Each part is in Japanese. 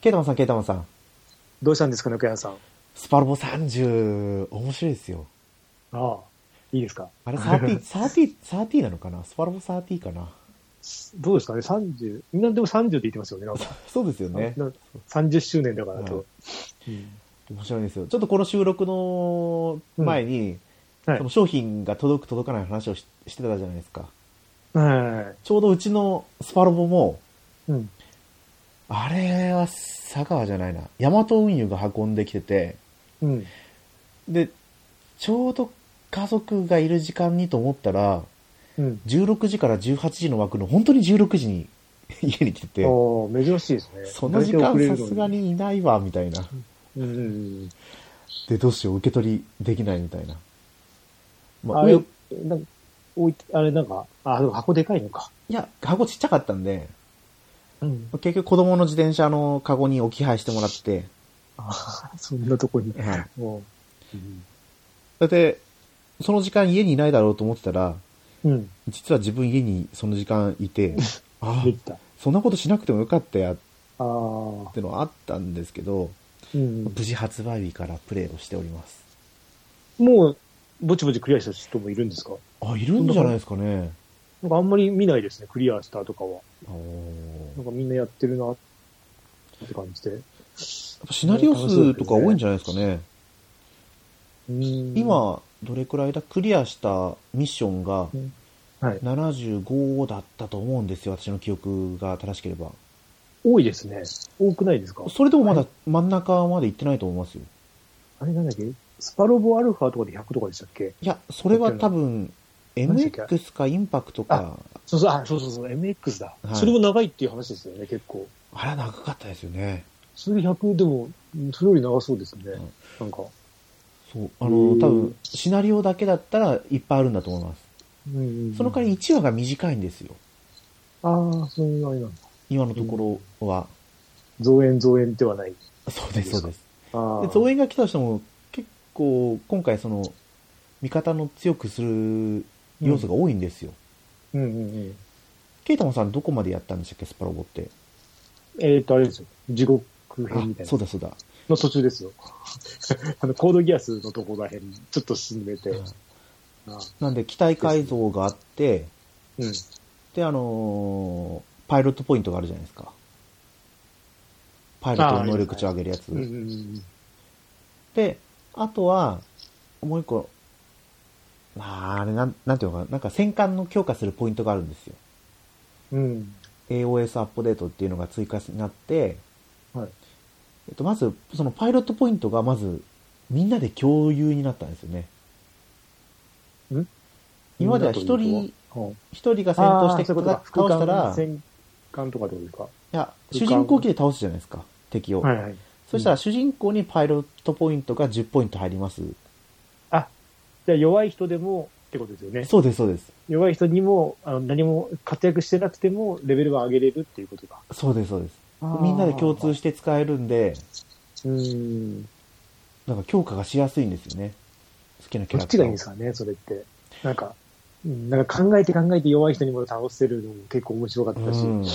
ケイタマンさん、ケイタマンさん。どうしたんですかね、奥山さん。スパロボ30、面白いですよ。ああ、いいですか。あれ、30、30、30なのかなスパロボ30かな どうですかね、30、みんなでも30って言ってますよね、なんか。そうですよね。な30周年だからと。うん面白いんですよ。ちょっとこの収録の前に、はいその商品が届く届かない話をししてたじゃないですか。はちょうどうちのスパロボも、い。うん。あれは佐川じゃないな。ヤマト運輸が運んできてて、うん。で、ちょうど家族がいる時間にと思ったら、うん。 16時から18時の枠の本当に16時に家に来てて、おー珍しいですね。その時間さすが。にいないわ、みたいな。うんうんうん。で、どうしよう、受け取りできないみたいな。まあ、あうれよ、なんか、置いて、あれなんか、あ、でも箱でかいのか。いや、箱ちっちゃかったんで、うん。結局子供の自転車のカゴに置き配してもらって、ああ、そんなとこに。はい。おうん。だって、その時間家にいないだろうと思ってたら、うん。実は自分家にその時間い て、あであき、た。あそんなことしなくてもよかったやっあー。てのはあったんですけど、うん。無事発売日からプレイをしております。もう、ぼちぼちクリアした人もいるんですかあ、いるんじゃないですかね。なんかあんまり見ないですね、クリアしたとかは。おーなんかみんなやってるな、って感じで。やっぱシナリオ数とか多いんじゃないですかね。うん、今、どれくらいだクリアしたミッションがうんはい75だったと思うんですよ、私の記憶が正しければ。多いですね。多くないですかそれでもまだ真ん中まで行ってないと思いますよ。あれなんだっけスパロボアルファとかで100とかでしたっけいや、それは多分、なんでしたっけ MX かインパクトか、そうそう、あ、そうそうそう、MX だ、はいそれも長いっていう話ですよね、結構。あれは長かったですよね。それで100でも、うんそれより長そうですね。んなんか。そう。あうの、多ん分、シナリオだけだったらいっぱいあるんだと思います。うんその代わり1話が短いんですよ。ああ、そういうあれなんだ。今のところは。増援増援ではない。そうです、そうです。ああ。で増援が来たとしても、結構、今回その、味方の強くする要素が多いんですよ。うんうんうん。ケイタマンさんどこまでやったんでしたっけ、スパロボって。えっ、と、あれですよ。地獄あ編みたい、な。そうだそうだ。の途中ですよ。 あの、コードギアスのところらへん、ちょっと進めて。うんあなんで、機体改造があって、うん。で、あのーパイロットポイントがあるじゃないですか。パイロットの能力値を上げるやつ。うんうんうん。で、あとは、もう一個、まあ、あれなん、なんていうのかな、なんか戦艦の強化するポイントがあるんですよ。うん。 AOS アップデートっていうのが追加になって、はいえっと、まず、そのパイロットポイントがまず、みんなで共有になったんですよね。ん今までは一人、うん、一人が戦闘してあーそういうこと倒か倒した副ら、艦戦艦とかってことですか。いや、空主間人公機で倒すじゃないですか、敵を。はいはい。そしたら主人公にパイロットポイントが10ポイント入ります。あ、じゃあ弱い人でもってことですよね。そうです、そうです。弱い人にも、あの、何も活躍してなくても、レベルは上げれるっていうことか。そうです、そうです。みんなで共通しして使えるんで、うん。なんか強化がしやすいんですよね。好きなキどャラっクターちがいいんですかね、それって。なんか、うんなんか考えて考えて弱い人にも倒せるのも結構面白かったし。うん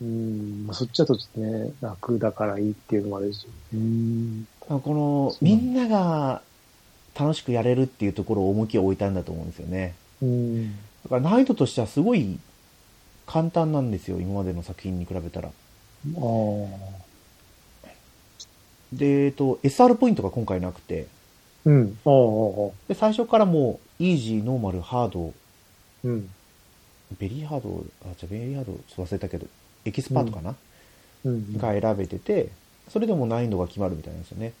うん、まあ、そっちだとちょっとね、楽だからいいっていうのもあるし。うん。あのこの、みんなが楽しくやれるっていうところを重きを置いたんだと思うんですよね。うん。だから難易度としてはすごい簡単なんですよ、今までの作品に比べたら。ああ。で、えっと、SR ポイントが今回なくて、うん。ああ、ああ。で、最初からもう、イージー、ノーマル、ハード、うん。ベリーハード、あ、じゃあベリーハード、ちょっと忘れたけど、エキスパートかな、うん。が選べてて、それでも難易度が決まるみたいなんですよね。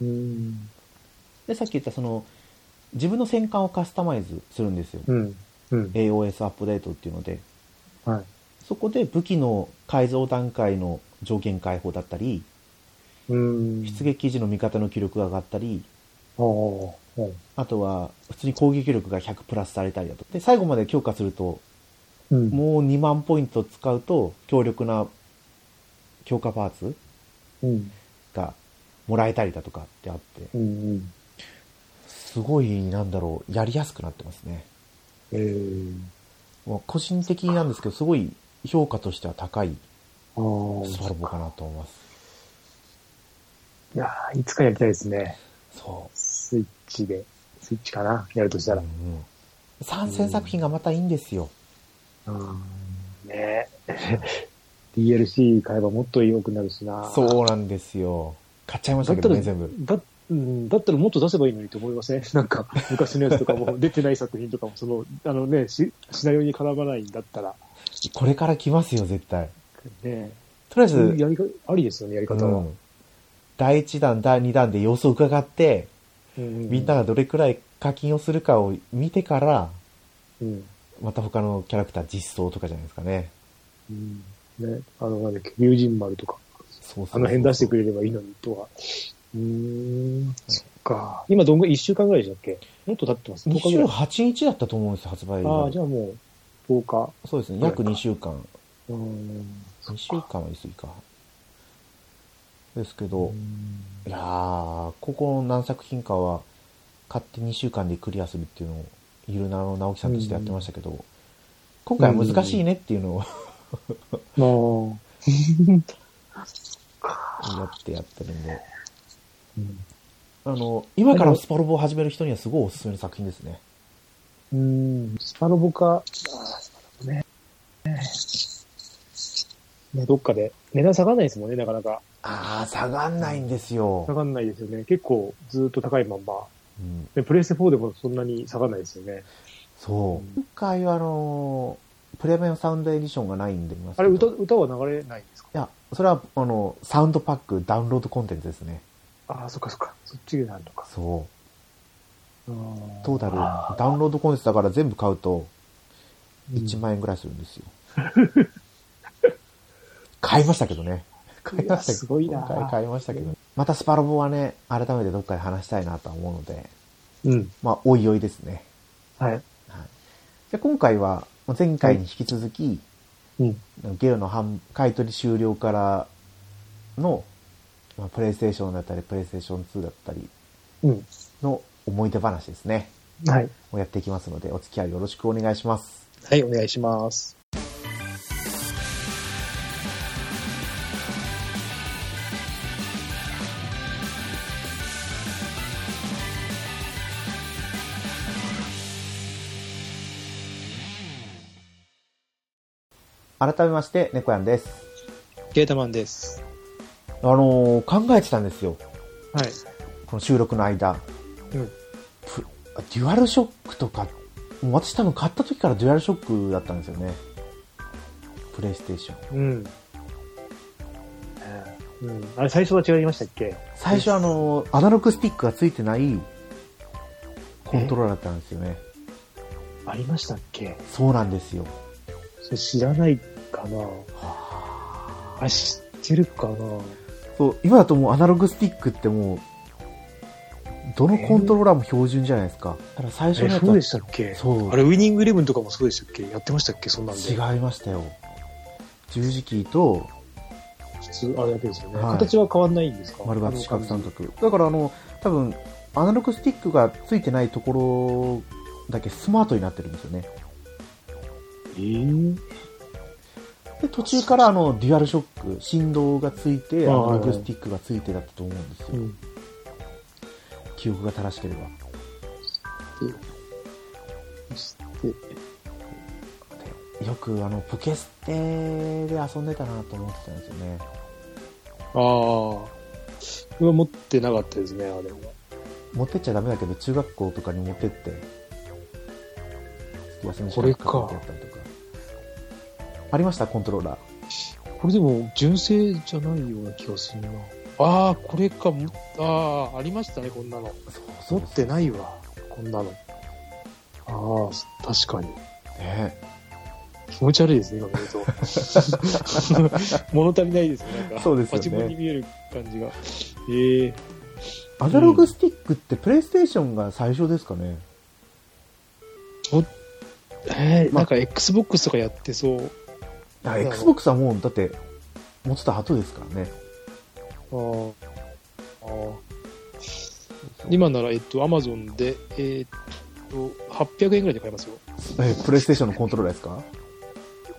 うん。で、さっき言ったその、自分の戦艦をカスタマイズするんですよ。うん。うん。 AOS アップデートっていうので。はそこで武器の改造段階の条件解放だったり、い。うん。出撃時の味方の気力が上がったり、ああ、ああ。あとは普通に攻撃力が100プラスされたりだと。で、最後まで強化すると、うん。もう2万ポイント使うと、強力な強化パーツうん。がもらえたりだとかってあって、うん。すごい、なんだろう、やりやすくなってますね。ええ。まあ個人的なんですけど、すごい評価としては高いああ。スパロボかなと思います。いやーいつかやりたいですね。そスイッチで。スイッチかなやるとしたう。ら。うんうん参戦作品がまたいいんですよ。うん。ね え DLC 買えばもっと良くなるしな。そうなんですよ。買っちゃいましたけどね、全部。だうん、だったらもっと出せばいいのにと思いません、 なんか、昔のやつとか も、出てない作品とかも、その、あのね、しシナリオに絡まないんだったら、これから来ますよ、絶対。ね、とりあえず、そういうやりかありですよね、やり方うは。ん第1弾、第2弾で様子を伺って、うんみんな、がどれくらい課金をするかを見てから、うんまた他のキャラクター実装とかじゃないですかね。うんね、あの、なんだっけ、竜神丸とか、そうそうあの辺出してくれれればいいのにとは。うーん、そっか。今、どんぐらい、1週間ぐらいでしたっけもっと経ってます、10日ぐらい。 28日だったと思うんですよ、発売日ああ、じゃあもう、10日。そうですね、これか約2週間。うーん、 2週間は言い過ぎか。ですけうど、んいやー、ここの何作品かは、買って2週間でクリアするっていうのを、ゆるなの直樹さんとしてやってましたけど、今回は難しいねっていうのを、 まあ、やってやってるんで。うんあの、今からスパロボを始める人にはすごいおすすめの作品ですね。うーん、スパロボか、あースパロボね。ねどっかで。値段下がんないですもんね、なかなか。ああ、下がんないんですよ下。がんないですよね。結構ずっと高いまんま。うん、でプレイステ4でもそんなに下がんないですよね。そう。今回はあのー、プレミアムサウンドエディションがないんで見ますあけれど歌、い歌は流れないんですかや、それは、あの、サウンドパックダウンロードコンテンツですね。ああ、そっかそっか。そっちでなんとか。そう。トトータル、あダウンロードコンテンツだから全部買うとー1万円ぐらいするんですよ。 買いましたけどね。買いましたけど。すごいな今回買いましたけど。またスパロボはね、改めてどっかで話したいなとは思うので。うん。まあ、おいおいですね。はい。はい、じゃあ今回は、まあ前回に引き続き、うん。ゲオの販買い取り終了からの、まあ、プレイステーションだったり、プレイステーション2だったりうん。の思い出話ですね。はい。をやっていきますので、お付き合いよろしくお願いします。はい、お願いします。改めまして、猫やんです。ゲータマンです。あのー考えてたんですよ。はい。この収録の間。うん。プデュアルショックとか、もう私多分買った時からデュアルショックだったんですよね。プレイステーション。うん。うん、あれ、最初は違いましたっけ最初あの、アナログスティックがついてないコントローラーだったんですよね。ありましたっけそうなんですよ。それ知らないかなあ、知ってるかなそう、今だともうアナログスティックってもう、どのコントローラーも標準じゃないですか。だから最初えのやつそうはでしたっけそうあれ、ウィニングイレブンとかもそうでしたっけやってましたっけそんなんで。違いましたよ。十字キーと普通、あれだけですよね。はい形は変わんないんですか丸抜四角三角。だからあの、多分、アナログスティックがついてないところだけスマートになってるんですよね。えー、で途中からあのデュアルショック振動がついてアあナあログスティックがついてだったと思うんですよ、うん。記憶が正しければそして、よくあのポケステで遊んでたなと思ってたんですよねああ、これは持ってなかったですね、あれは。持ってっちゃダメだけど中学校とかに持ってって休み時これ間かかけてやったりとかありましたコントローラーこれでも、純正じゃないような気がするな。ああ、これか、もああ、ありましたね、こんなの。そう持ってないいわ、こんなの。ああ、確かに。ね気持ち悪いですね、今見る と。物足りないですね、なんか。そうですよねパチモンに見える感じが。ええアナログスティックってプレイステーションが最初ですかね、えーまなんか XBOX とかやってそう。あなるほど XBOX はもうだって持ってた後ですからねあーあー今なら、えっと、Amazon で、えーっと、800円ぐらいで買えますよ。えプレイステーションのコントローラーですか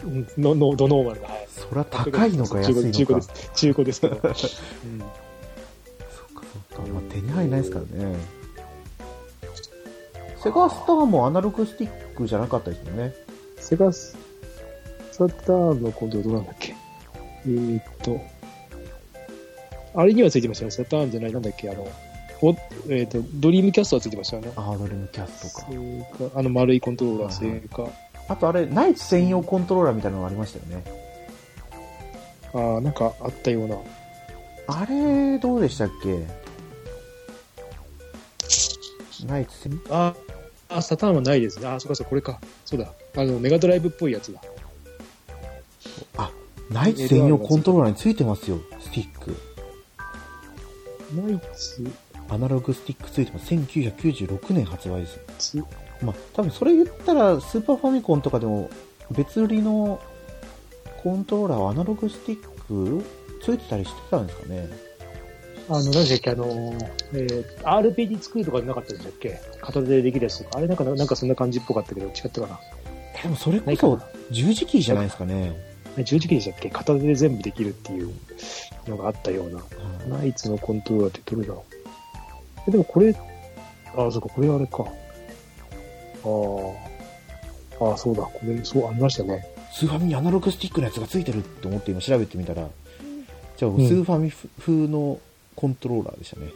うんののドノーマルが。はいそりゃ高いのか安い中の古 か。です。中古ですけど。うんか、まあ、手に入らないですからね。セガスターもアナログスティックじゃなかったですよね。セガスターの今度はどうなんだっけえー、っと、あれにはついてましたね。サターンじゃない、なんだっけ、あの、おえーっと、ドリームキャストはついてましたよね。アードリムキャストか。正解あの丸いコントローラー、正解。あとあれ、ナイツ専用コントローラーみたいなのがありましたよね。ああ、なんかあったような。あれ、どうでしたっけナイツ専ああ、サターンはないですね。ああ、そうかそうか、これか。そうだ。あの、メガドライブっぽいやつだ。あ、ナイツ専用コントローラーについてますよ、スティック。ナイツ、アナログスティックついてます。1996年発売です。つ、まあ、多分それ言ったら、スーパーファミコンとかでも、別売りのコントローラーはアナログスティックついてたりしてたんですかね。あの、何でしたっけ、あの、えー、RPG 作るとかなかったでしたっけ片手でできるやつとか。あれなんか、なんかそんな感じっぽかったけど、違ったかな。でもそれなこいかそな、十字キーじゃないですかね。ね十字キーでしたっけ片手で全部できるっていうのがあったような。うんナイツのコントローラーってどれだろうえ、でもこれ、ああ、そうか、これあれか。ああ、ああ、そうだ、これ、そう、ありましたね。スーファミにアナログスティックのやつがついてるって思って今調べてみたら、じゃあ、スんーファミ風のコントローラーでしたね。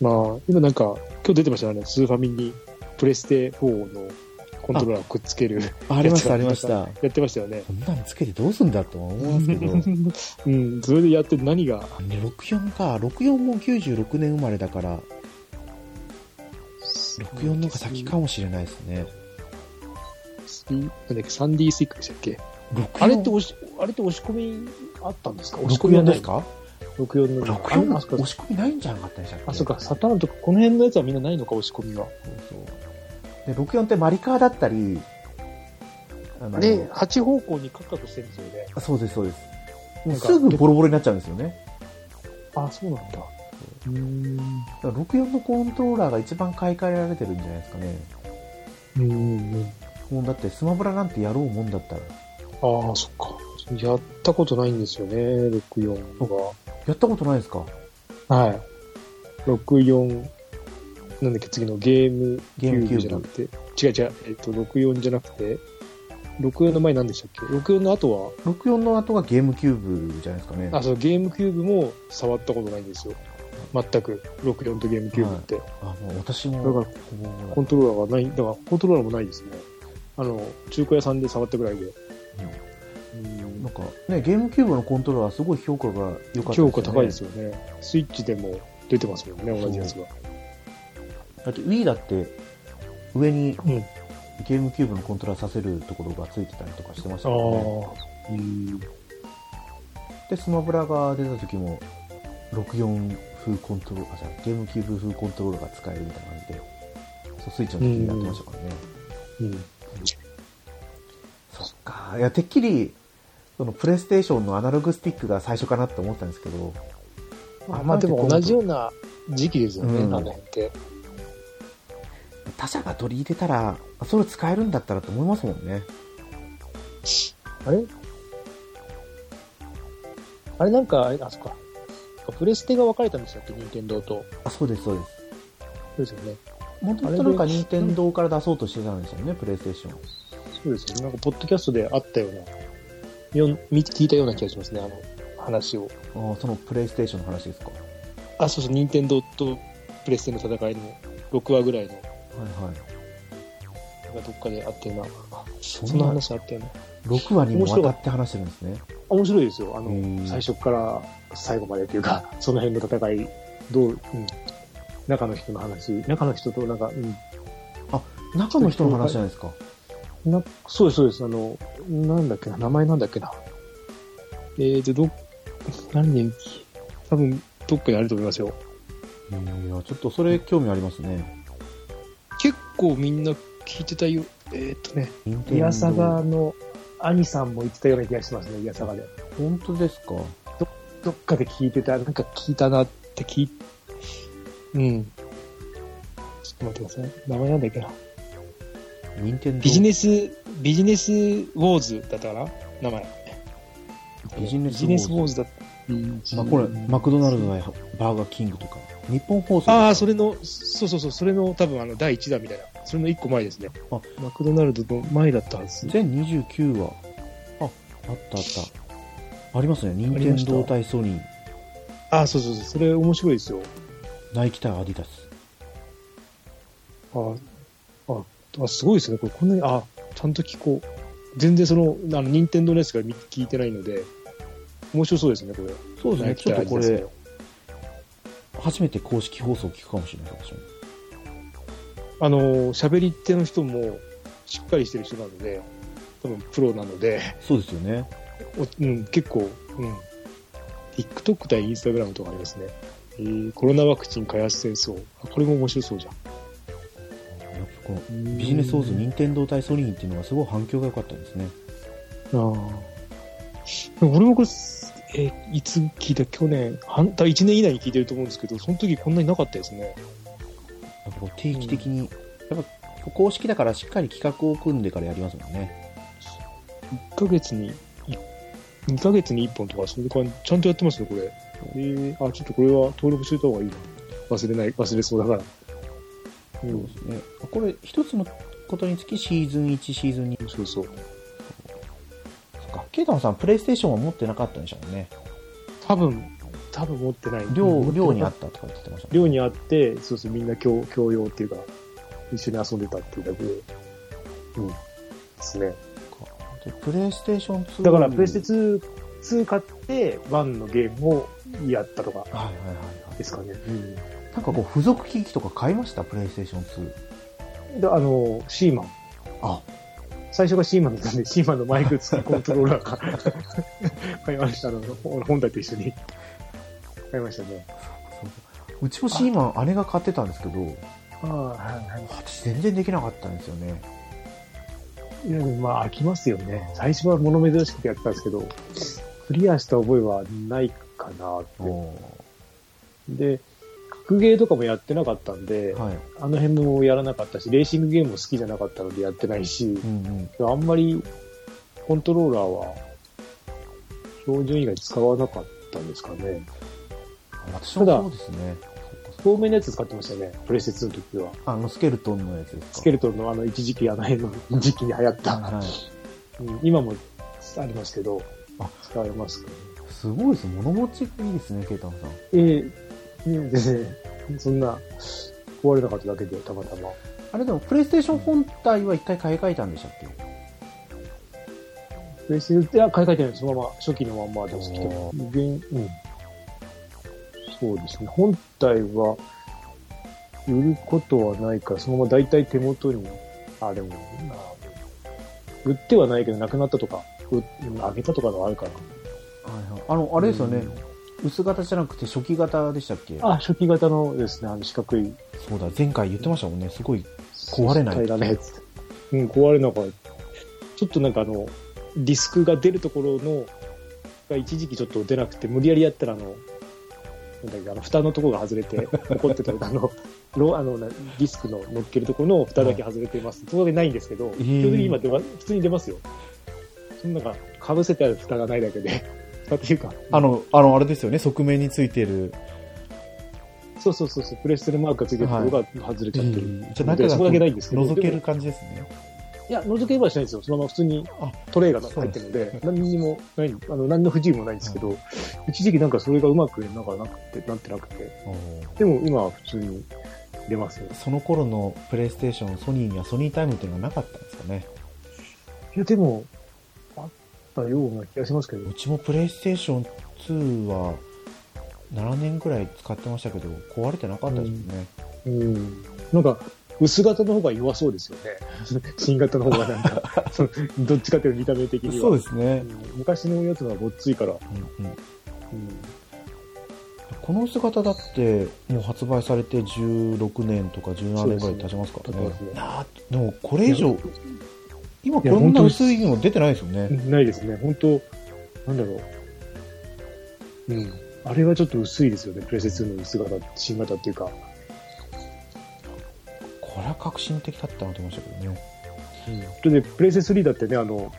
まあ、今なんか、今日出てましたよね。スーファミに、プレステ4のコントローラーをくっつける。あありました、ありました。 やってましたよね。こんなのつけてどうすんだとは思うん ですけど、うん、それでやって何が、 64か、64も96年生まれだから、64の方が先かもしれないですね。スピなんだっけ、サンディスティックでしたっけ64あれって押し、あれって押し込みあったんですか押し込みは64なでいすか ?64 の。 ?64 あもあそうか押し込みないんじゃなかったでしたっけあ、そうか、そサターンとか、この辺のやつはみんなないのか、押し込みは。うそう。で、64ってマリカーだったり、あので、8方向にカクカクしてるんですよね。あそうです、そうです。もうなんかすぐボロボロになっちゃうんですよね。あ、そうなんだ。うーん。だから64のコントローラーが一番買い替えられてるんじゃないですかね。うんうんもうだってスマブラなんてやろうもんだったら。うん。ああ、そっか。やったことないんですよね、64が。やったことないですかはい。64、なんだっけ、次のゲームキゲーュムキューブーじブゃなくて、違う違う、えっと、64じゃなくて、64の前何でしたっけ ?64 の後 ?64 の後がゲームキューブじゃないですかね。は、あ、そう、ゲームキューブも触ったことないんですよ。全く、64とゲームキューブって。あ、もう私も。だかコントローラーがない、だからコントローラーもないですね。あの、中古屋さんで触ったぐらいで。うんなんかね、ゲームキューブのコントローラーはすごい評価が良かった評価高いですよね。よね。スイッチでも出てますもんね、同じやつが。だって Wii だって上にうん。ゲームキューブのコントローラーさせるところがついてたりとかしてましたからね。ああ。うん。で、スマブラが出た時も64風コントローラー、じゃあゲームキューブ風コントローラーが使えるみたいな感じで、そうスイッチの時にやってましたからね。うん。そっか。いや、てっきり、そのプレイステーションのアナログスティックが最初かなって思ったんですけど、あまあでも同じような時期ですよね、うんあの辺って。他社が取り入れたら、あそれ使えるんだったらと思いますもんね。あれあれなんか、あれあ、そっか。プレステが分かれたんでしたっけ、任天堂と。あ、そうです、そうです。そうですよね。もともとなんか任天堂から出そうとしてたんですよね、プレイステーション。そうですよね。なんか、ポッドキャストであったような、よん見聞いたような気がしますね、あの話を。ああ、そのプレイステーションの話ですか。はあ、そうそう、任天堂とプレステの戦いの6話ぐらいの、いはい。がどっかであったような、そそんな話あったよね。 6話にもわたって話してるんですね。面白いですよ。あうの、ん最初から最後までというか、 その辺の戦い、どう、うん、中の人の話、中の人となんか、うん、中の人の話じゃないですか。なそうです、そうです。あの、なんだっけな、名前なんだっけな。えーと、ど、何年多分、どっかにあると思いますよ。いやいや、ちょっとそれ興味ありますね。結構みんな聞いてたよ。えーとね、任天イ堂ヤサガの兄さんも言ってたような気がしますね、イヤサガで。本当ですか。どっかで聞いてた、なんか聞いたなって聞い、うん。ちょっと待ってください。名前なんだっけな。任天堂ビジネス、ビジネスウォーズだったかな名前。ビジネビスジウォネースズウォーズだった。まあ、これ、マクドナルドやバーガーキングとか、日本放送ああ、それの、そうそうそう、それの多分あの第1弾みたいな、それの1個前ですね。あマクドナルドの前だったはず。全29話。あ、あったあった。ありますね。任あり天ました堂対ソニー、ああ、そうそうそう、それ面白いですよ。ナイキ対アディダス。ああ、あ、すごいですね、これ、こんなに、あちゃんと聞こう。全然その、あの、任天堂のやつから見聞いてないので、面白そうですね、これ。そうですね。ちょっとこナイキれと、初めて公式放送聞くかもしれない私もあの、喋り手の人も、しっかりしてる人なので、多分プロなので、 そうですよね。おうん、結構、うん。TikTok 対 Instagram とかありますね。えーコロナワクチン開発戦争。あこれも面白そうじゃやっぱこのん。ビジネスウォーズ、に任天堂対ソニーっていうのがすごい反響が良かったんですね。ああ。でも俺もこれ、えーいつ聞いた去年、半多分1年以内に聞いてると思うんですけど、その時こんなになかったですね。やっぱこう定期的に、やっぱ公式だからしっかり企画を組んでからやりますもんね。 1ヶ月に、2ヶ月に1本とか、それからちゃんとやってますね、これ。えーあ、ちょっとこれは登録しといた方がいいな。忘れない、忘れそうだから。うそうんで、すね。これ、一つのことにつきシーズン1、シーズン2。そうそう。そっか、ケイタマンさん、プレイステーションは持ってなかったんでしょうね。多分、多分持ってない。寮、寮にああったとか言ってましたね。寮にあって、そうそう、みんな共共用っていうか、一緒に遊んでたっていうだけで。うん。ですね。でプレイステーション2。だから、プレステ2、2買って、1のゲームをやったとかはいはいはいはい。ですかね。なんかこう、付属機器とか買いましたプレイステーション2。で、あの、シーマン。あ、最初がシーマンだったんで、シーマンのマイク付きコントローラ ーか買いました。あの、本体と一緒に。買いましたね。そううちもシーマン、姉が買ってたんですけど、ああ、はいはい。私全然できなかったんですよね。いや、でもまあ飽きますよね。最初は物珍しくてやってたんですけど、クリアした覚えはないかなって。おで、格ゲーとかもやってなかったんで、ーはい。あの辺もやらなかったし、レーシングゲームも好きじゃなかったのでやってないしう、んうん。あんまりコントローラーは標準以外使わなかったんですかね。私もそうですね。そっかそっ透明のやつ使ってましたよね。プレセツの時は。かあの、スケルトンのやつですかスケルトンのあの一時期あの辺の時期に流行った。はい。うん今もありますけどあ、使えますかね。すごいです。物持ちいいですね、ケイタマンさん。ええねえそんな、壊れなかっただけで、たまたま。あれでも、プレイステーション本体は一回買い替えたんでしたっけプレステ、いや、買い替えてないそのまま、初期のまんまですけどお。現うん。そうですね。本体は、売ることはないから、そのまま大体手元に、あ、でも、あ売ってはないけど、なくなったとか、売うんあげたとかのはあるかな。はいはい。あの、あれですよねう。ん薄型じゃなくて初期型でしたっけあ、初期型のですね、あの四角い。そうだ、前回言ってましたもんね。すごい。壊れない平らなやつ。うん、壊れなかった。ちょっとなんかあの、ディスクが出るところの、が一時期ちょっと出なくて、無理やりやったらあの、なんだっけ、あの、蓋のとこが外 れて、怒ってたのがあの、ロあの、なディスクの乗っけるところの蓋だけ外れています。そこでないんですけど、え基本的に今出ま、普通に出ますよ。そのなんか、被せてある蓋がないだけで、蓋っていうか、 あの、あの、あれですよね。側面についてる。そうそうそうそう、プレステルマークがついてるところが外れちゃってる。じゃあ中がそこだけないんですけど覗ける感じですね。いや、覗ければしないんですよ。そのまま普通にあトレイが入ってるので、何にもない、あの、何の不自由もないんですけど、一時期なんかそれがうまくなんかなくて、なってなくて。おーでも今は普通に出ますね。その頃のプレイステーション、ソニーにはソニータイムっていうのがなかったんですかね。いや、でも、あったような気がしますけどう、ちもプレイステーション2は7年くらい使ってましたけど、壊れてなかったですもんね。うん。なんか、薄型の方が弱そうですよね。 新型の方がなん か、そのどっちかというと見た目的には。。そうですすね。昔のやつのはごっついかうら。んうんうんこの姿だってもう発売されて16年とか17年ぐらい経ちますからそうねですねなあでもこれ以上今こいやん本な当です薄いの出てないですよねないですね。本当なんだろう。うん。あれはちょっと薄いですよね。プレセ2の薄型、新型っていうか。これは革新的だったなと思いましたけどねそれで、プレセ3だってね、あの、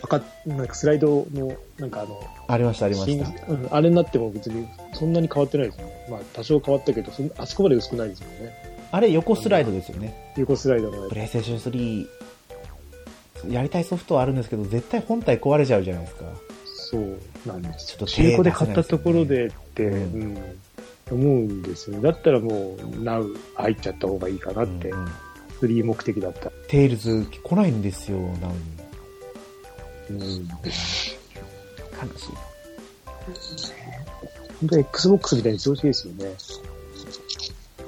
パカッなんかスライドの、なんかあの、ありました、ありまし新た。うん、あれになっても別にそんなに変わってないですよね。まあ多少変わったけど、そんあそこまで薄くないですよね。あれ、横スライドですよね。横スライドのやプつ。レイステーション3、やりたいソフトはあるんですけど、絶対本体壊れちゃうじゃないですか。そうなんですちょっと手出せないですよねよ。中古で買ったところでって、ううん思うんですよね。だったらもう、Now 入っちゃった方がいいかなって、うんうん3目的だった。テイルズ来ないんですよ、なんうん悲しい。本当に Xbox みたいに調子いいですよね。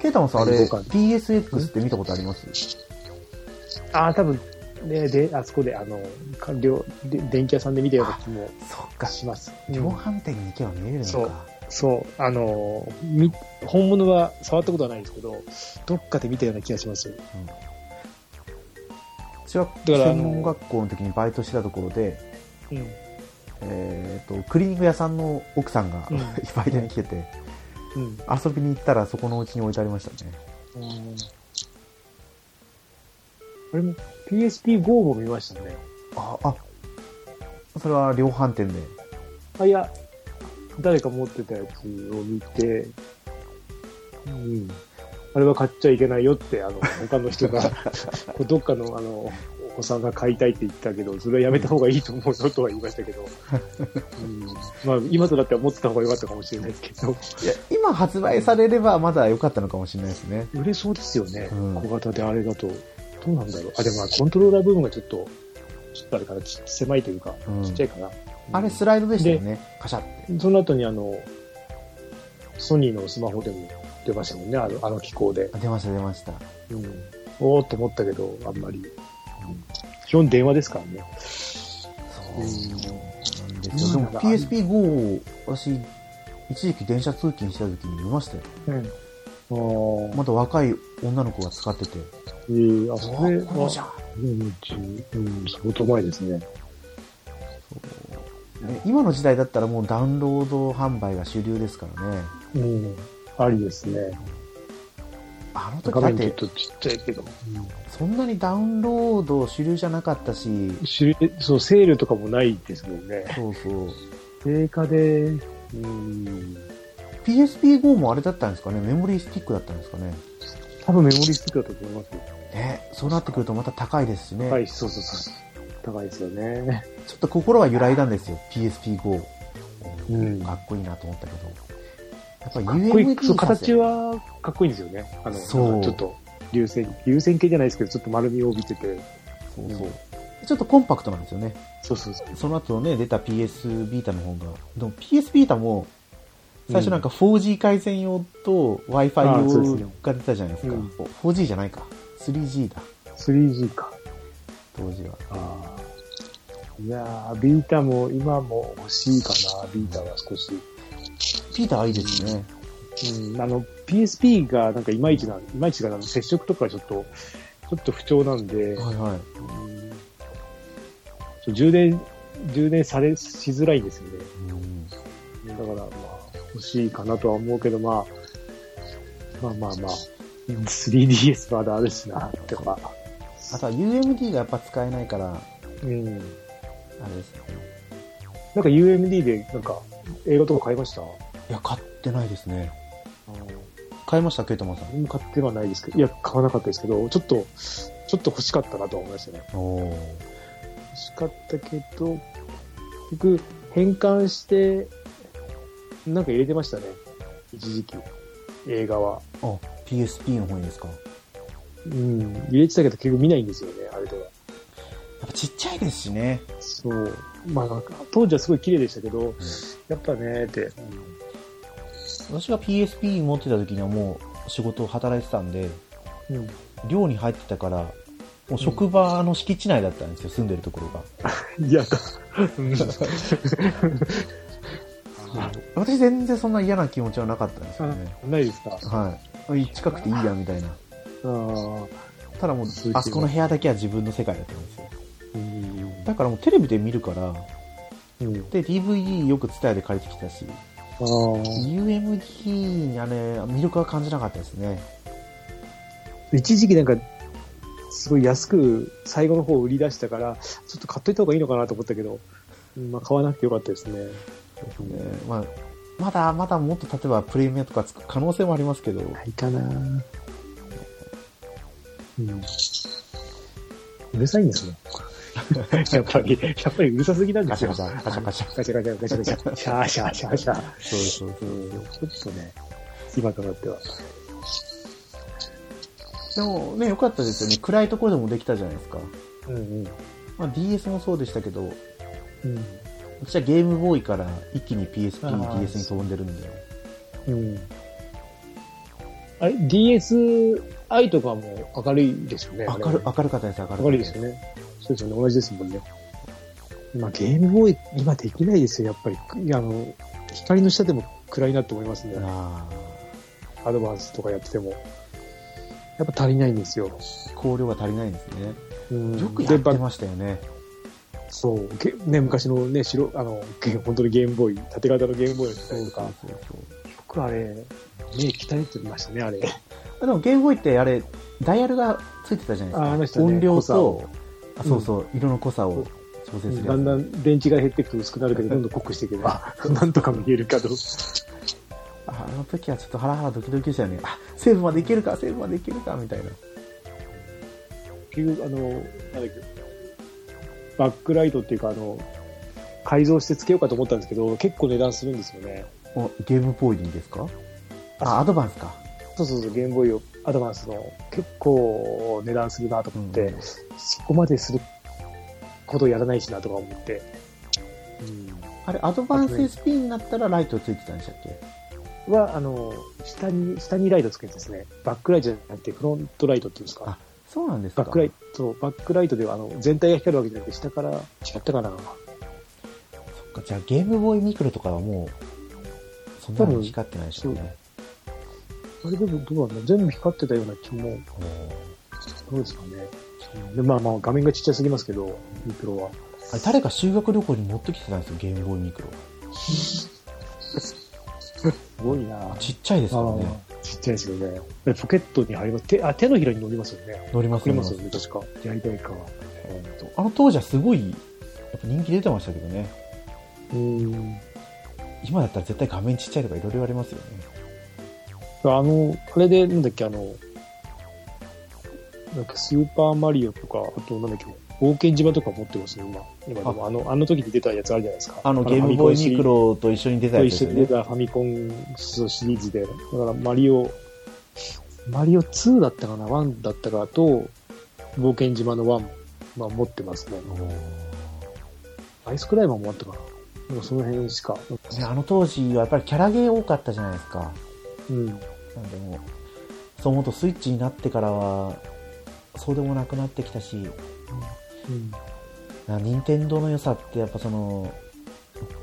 ケイタマンさん、あれ、そうか DSX って見たことありますああ、多分、ね、で、あそこで、あの、か両で電気屋さんで見たような気もそっか、します。量うん販店に行けば見れるのそかう。そう、あの、み本物は触ったことはないですけど、どっかで見たような気がします。私はだからあの専門学校の時にバイトしてたところで、うん。えー、とクリーニング屋さんの奥さんが、うん バイトに来ててうん。遊びに行ったらそこのうちに置いてありましたねうんあれも PSP5 も見ましたね。ああそれは量販店であ、いや、誰か持ってたやつを見て、うん。あれは買っちゃいけないよって、あの、他の 人が、こうどっかの、あの、お子さんが買いたいって言ったけど、それはやめた方がいいと思うよとは言いましたけど、うん、まあ、今となっては持ってた方が良かったかもしれないですけど、いや今発売されればまだ良かったのかもしれないですね売れそうですよね、うん小型であれだと。どうなんだろう。あ、でもまあコントローラー部分がちょっと、ちょっとあれかな、ち狭いというか、うんちっちゃいかな。あれスライドでしたよねカシャってその後にあの、ソニーのスマホでも出ましたもんね、あのあの機構で。あ出ました出ましたうん、おおと思ったけど、あんまり。うん基本電話ですからね。そうなんでうんすよでも PSP5 を私一時期電車通勤してた時に見ましたようん。あまた若い女の子が使っててあ、えー、あ、あそこれうじゃは、んうん、じゅううん、相当前ですね。ね今の時代だったらもうダウンロード販売が主流ですからね。うん、ありですね。あの時画だっ、面ちょってとちっちゃいけど。そんなにダウンロード主流じゃなかった し、しそう、セールとかもないですもんね。そうそう。定価で、うん、 PSP5 もあれだったんですかねメモリースティックだったんですかね多分メモリースティックだったと思いますよ。ね、そうなってくるとまた高いですしね。はい、そうそうそう。高いですよね。ちょっと心は揺らいだんですよ。PSP5。うんかっこいいなと思ったけど。やっぱかっこいい。そう、 UMD さ形せはかっこいいんですよね。あの、そうなんかちょっと、流線、流線形じゃないですけど、ちょっと丸みを帯びてて。そうそう。ちょっとコンパクトなんですよね。そうそうそう。その後ね、出た PS ビータの方が、でも PS ビータも、最初なんか 4G 回線用と Wi-Fi あそうです用ねが出たじゃないですか。うん 4G じゃないか。3G だ、 3G か。当時は。ああ。いやー、ビータも今も欲しいかな、ビータは少し。ビータはいいですね。うん、あの、PSP がなんかいまいちな、いまいちがなんか接触とかちょっと、ちょっと不調なんで、はいはい。うんそう充電、充電され、しづらいんですよね。うんだから、まあ、欲しいかなとは思うけど、まあ、まあまあまあ、3DS まだあるしな、とか。あとは UMD がやっぱ使えないから、あうん。なんれですね。か UMD で、なんか、映画とか買いましたいや、買ってないですね。あの買いました、ケイタマンさん。何も買ってはないですけど、いや、買わなかったですけど、ちょっと、ちょっと欲しかったなとは思いましたね。おー欲しかったけど、結局、変換して、なんか入れてましたね。一時期。映画は。あ、PSP の方にですか。やうん。入れてたけど、結局見ないんですよね、あれでは。っぱちっちゃいですしね。そう。まあなんか、当時はすごい綺麗でしたけど、やっぱね、って。私が PSP 持ってた時にはもう仕事を働いてたんで、うん。寮に入ってたから、もう職場の敷地内だったんですよ、住んでるところが。嫌だ。 私全然そんな嫌な気持ちはなかったんですよね。ないですか。はい。近くていいや、みたいな。ああ。ただもう、あそこの部屋だけは自分の世界だったんですよ。うん。だからもうテレビで見るから、うん。で、DVD よく伝えで借りてきたし、ああ。 UMD にあれ、魅力は感じなかったですね。一時期なんか、すごい安く最後の方売り出したから、ちょっと買っといた方がいいのかなと思ったけど、うんまあ、買わなくてよかったですね。ねまあ、まだまだもっと例えばプレミアとかつく可能性もありますけど、ないかなうん。うるさいんですね。 やっぱり、やっぱりうるさすぎなんでガすシャよ。ガシャ、ガシャガシャ。ガチャガチャガチャガチャガチャ。シャーシャーシャーシャー。そうですそうですうん、ちょっとね、今となっては。でもね、良かったですよね。暗いところでもできたじゃないですか。うんうん。まあ、DS もそうでしたけど、うん私はゲームボーイから一気に PSP、あー DS に飛んでるんで。うん。あれ、DSi とかも明るいですよね。あれ明る、明るかったです、明るかった明るいですよね。そうですよね。同じですもんね。今、ゲームボーイ、今できないですよ、やっぱり。くいやあの、光の下でも暗いなって思いますね。あアドバンスとかやってても。やっぱ足りないんですよ。あ、光量が足りないんですね。うん、よくやってでばましたよね。そう。ゲね、昔のね、白、あの、 ゲ本当にゲームボーイ、縦型のゲームボーイの時代とか。よそうそうくあれ、目鍛えてましたね、あれ。でもゲームボーイってあれ、ダイヤルがついてたじゃああないりでますしか。たね音量濃さとを、あそうそう、色の濃さを調整するやつ。だんだん電池が減ってく薄くなるけど、どんどん濃くしていけば、 なんとか見えるかと。ああの時はちょっとハラハラドキドキでしたよね。あ、セーブまでいけるか、セーブまでいけるか、みたいな。結局、あの、なんだっけ、バックライトっていうか、あの、改造してつけようかと思ったんですけど、結構値段するんですよね。お、ゲームボーイにですかあ、アドバンスか。そうそうそう、ゲームボーイをアドバンスの結構値段するなと思って、うんそこまですることをやらないしなとか思って。うんあれ、アドバンス SP になったらライトついてたんでしたっけは、あの、下に、下にライトつけてですね、バックライトじゃなくてフロントライトっていうんですか。あそうなんですか。バックライト、バックライトではあの全体が光るわけじゃなくて、下から、違ったかな。そっかじゃあゲームボーイミクロとかはもう、そんなに光ってないでしょうね。あれでもどうなんだ全部光ってたような気も、おーどうですかね。でまあまあ、画面がちっちゃすぎますけど、ミクロは。あれ、誰か修学旅行に持ってきてたんですよ、ゲームボーイミクロ。すごいなちっちゃいですからね。ちっちゃいですよね。でポケットに入ります。手、あ、手のひらに乗りますよね。乗ります乗りますよ乗りね、確か。やりたいか。ますあの当時はすごい、やっぱ人気出てましたけどね。うん。今だったら絶対画面ちっちゃいとかいろいろ言われますよね。あの、あれで、なんだっけ、あの、なんかスーパーマリオとか、あとなんだっけ、冒険島とか持ってますね、今。今でもあの、あの時に出たやつあるじゃないですか。あの、ゲームボーイミクファミコンシリーズロと一緒に出たとやつ一です緒によ出ね。たファミコンシリーズで、だからマリオ、マリオ2だったかな、1だったかと、冒険島の1、まあ持ってますね。おーアイスクライマーもあったかな。なんかその辺しか。ねあの当時はやっぱりキャラゲー多かったじゃないですか。うん。なんでもう、そう思うとスイッチになってからは、そうでもなくなってきたし、うんな任天堂の良さってやっぱその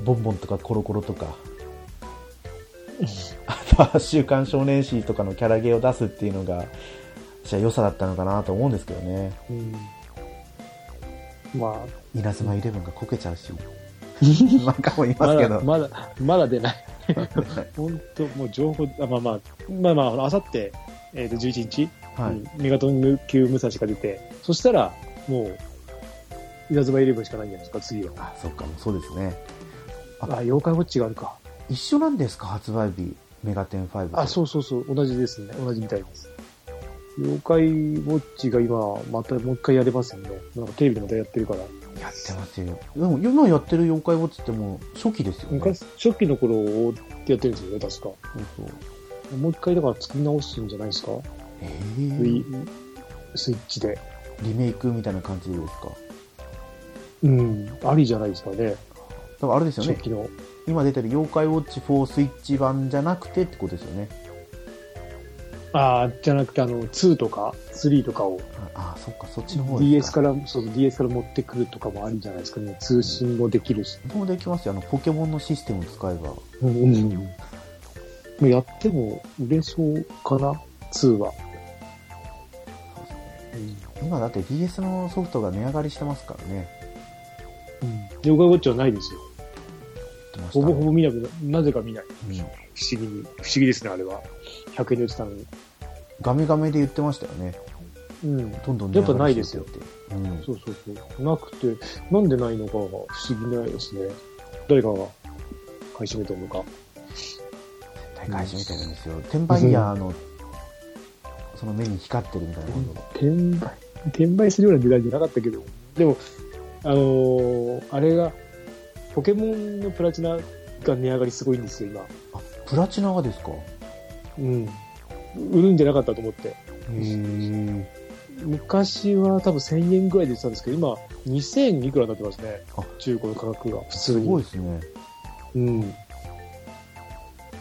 ボンボンとかコロコロとかあとは「週刊少年誌」とかのキャラゲーを出すっていうのが私は良さだったのかなと思うんですけどねうん。まあ、稲妻イレブンがこけちゃう し漫画もいまますけだ、ど、まだ、まだ出ない。本当もう情報、あまあまあ、まあまあ、あさって、えっ、と、11日、 はいうんメガトン級武蔵が出て、そしたら、もう、稲妻イレブンしかないんじゃないですか、次は。あそうかもうそうですねあ、妖怪ウォッチがあるか。一緒なんですか発売日メガテン5あ、そうそうそう、同じですね。同じみたいです。妖怪ウォッチが今、またもう一回やれますよね。なんかテレビでまたやってるから。やってますよでも今やってる妖怪ウォッチってもう初期ですよね昔、初期の頃をやってるんですよね、確か。そうそうもう一回だから作り直すんじゃないですか、えウー、ィスイッチで。リメイクみたいな感じですかうん。ありじゃないですかね。だからあれですよ初ね期の。今出てる妖怪ウォッチ4スイッチ版じゃなくてってことですよね。ああ、じゃなくて、あの、2とか3とかをああ、そっか、そっちの方 DS か。から、そうそう、DS から持ってくるとかもありじゃないですかね。通信もできるし。もうできますよ。あの、ポケモンのシステムを使えば。うんうんうん。やっても売れそうかな ?2 は。うん今だって DS のソフトが値上がりしてますからね。うん。妖怪ウォッチはないですよ。言ってましたほねぼほぼ見なくな、なぜか見ない。うん不思議に。不思議ですね、あれは。100円で売ってたのに。ガメガメで言ってましたよね。うん。どんどんやっぱないですよって。うん。そうそうそう。なくて、なんでないのかが不思議ないですね。誰かが買い占めたのか。大会始めてるんですよ。転売ヤーの、その目に光ってるみたいなことが。転売、転売するような時代じゃなかったけど、でも、あのーあれが、ポケモンのプラチナが値上がりすごいんですよ、今。あ、プラチナがですかへうん。売るんじゃなかったと思って。え。昔は多分1000円ぐらいで売ってたんですけど、今2000いくらになってますねあ。中古の価格が。普通すに。ごいですね。うん。な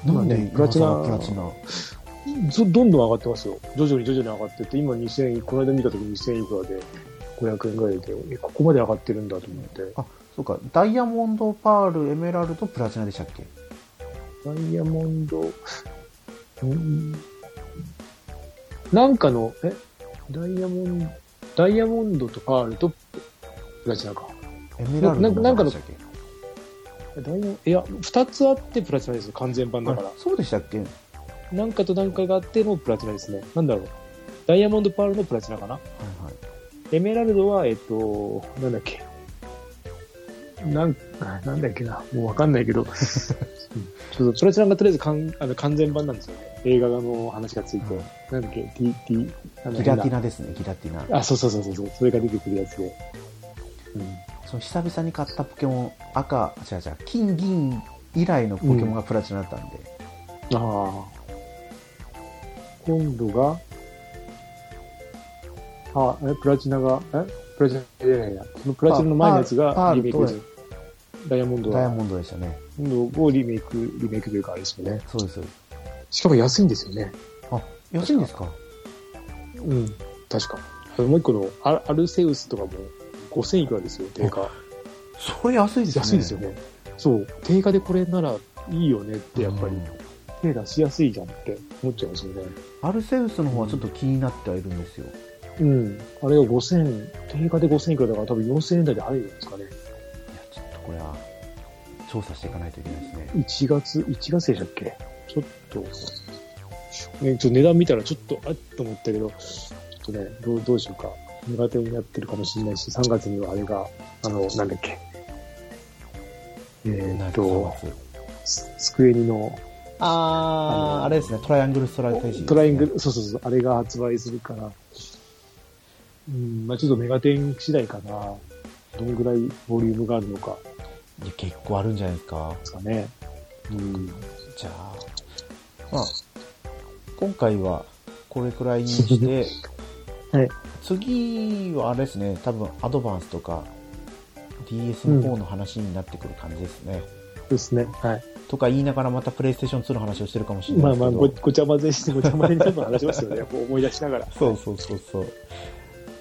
今んねで、プラチナ。ププララチチナ。ずどんどん上がってますよ。徐々に徐々に上がってって、今2000、この間見た時2000いくらで500円ぐらいで、え、ここまで上がってるんだと思って。あ、そうか。ダイヤモンド、パール、エメラルド、プラチナでしたっけダイヤモンド、うんなんかの、えダイヤモンド、ダイヤモンドとパールとプラチナか。エメラルドななんかのでしたっけえダイヤいや、二つあってプラチナですよ、完全版だかあら。そうでしたっけなんかとなんかがあってのプラチナですね。なんだろう。ダイヤモンドパールのプラチナかな。はいはい。エメラルドは、えっと、なんだっけ。なん、なんだっけな。もうわかんないけど。 うんちょっと、プラチナがとりあえずかんあの完全版なんですよね。映画の話がついて。うんなんだっけ、TT、あのギラティナですね、ギラティナ。あ、そうそうそうそうそう。それが出てくるやつで。うん。その久々に買ったポケモン、赤、違う違う、金銀以来のポケモンがプラチナだったんで、ああ。今度が、あ、え、プラチナが、えプラチナじゃないや。そのプラチナの前のやつパがーリメイクパーでルとす。ダイヤモンドダイヤは、モンドでしたね。ダイヤモンドをリメイク、リメイクというかあれですよね。そうです。しかも安いんですよね。あ、安いんですかうん。確か。あのもう一個のアアルセウスとかも5000いくらですよ、定価。それ安いですね。安いですよね。そう。定価でこれならいいよねって、やっぱりうん。手出しやすいじゃんって思っちゃいますよね。アルセウスの方はちょっと気になってはいるんですよ。うん。あれが5000、定価で5000いくらだから多分4000円台で入るんじゃないですかね。いや、ちょっとこれは、調査していかないといけないですね。 1月、1月でしたっけちょっと、ね、ちょっと値段見たらちょっと、あっと思ったけど、ちょっとね、どうどうしようか。苦手になってるかもしれないし、3月にはあれが、あの、なんだっけ。えーっと、ススクエニのあー、あれですね、トライアングルストライテジー、トライアング。ル、そうそうそう、あれが発売するから、うん、まあちょっとメガテン次第かな。どんぐらいボリュームがあるのか。いや、結構あるんじゃないですか。ですかね。うん。じゃあ、まあ、今回はこれくらいにして、 はい次はあれですね、多分アドバンスとか DS の方の話になってくる感じですね。ですね。はい。とか言いながらまた PlayStation 2の話をしてるかもしれなまいあですけまど。あご、ごちゃ混ぜして、ごちゃ混ぜにちょっと話します よね。こう思い出しながら。そうそうそうそう。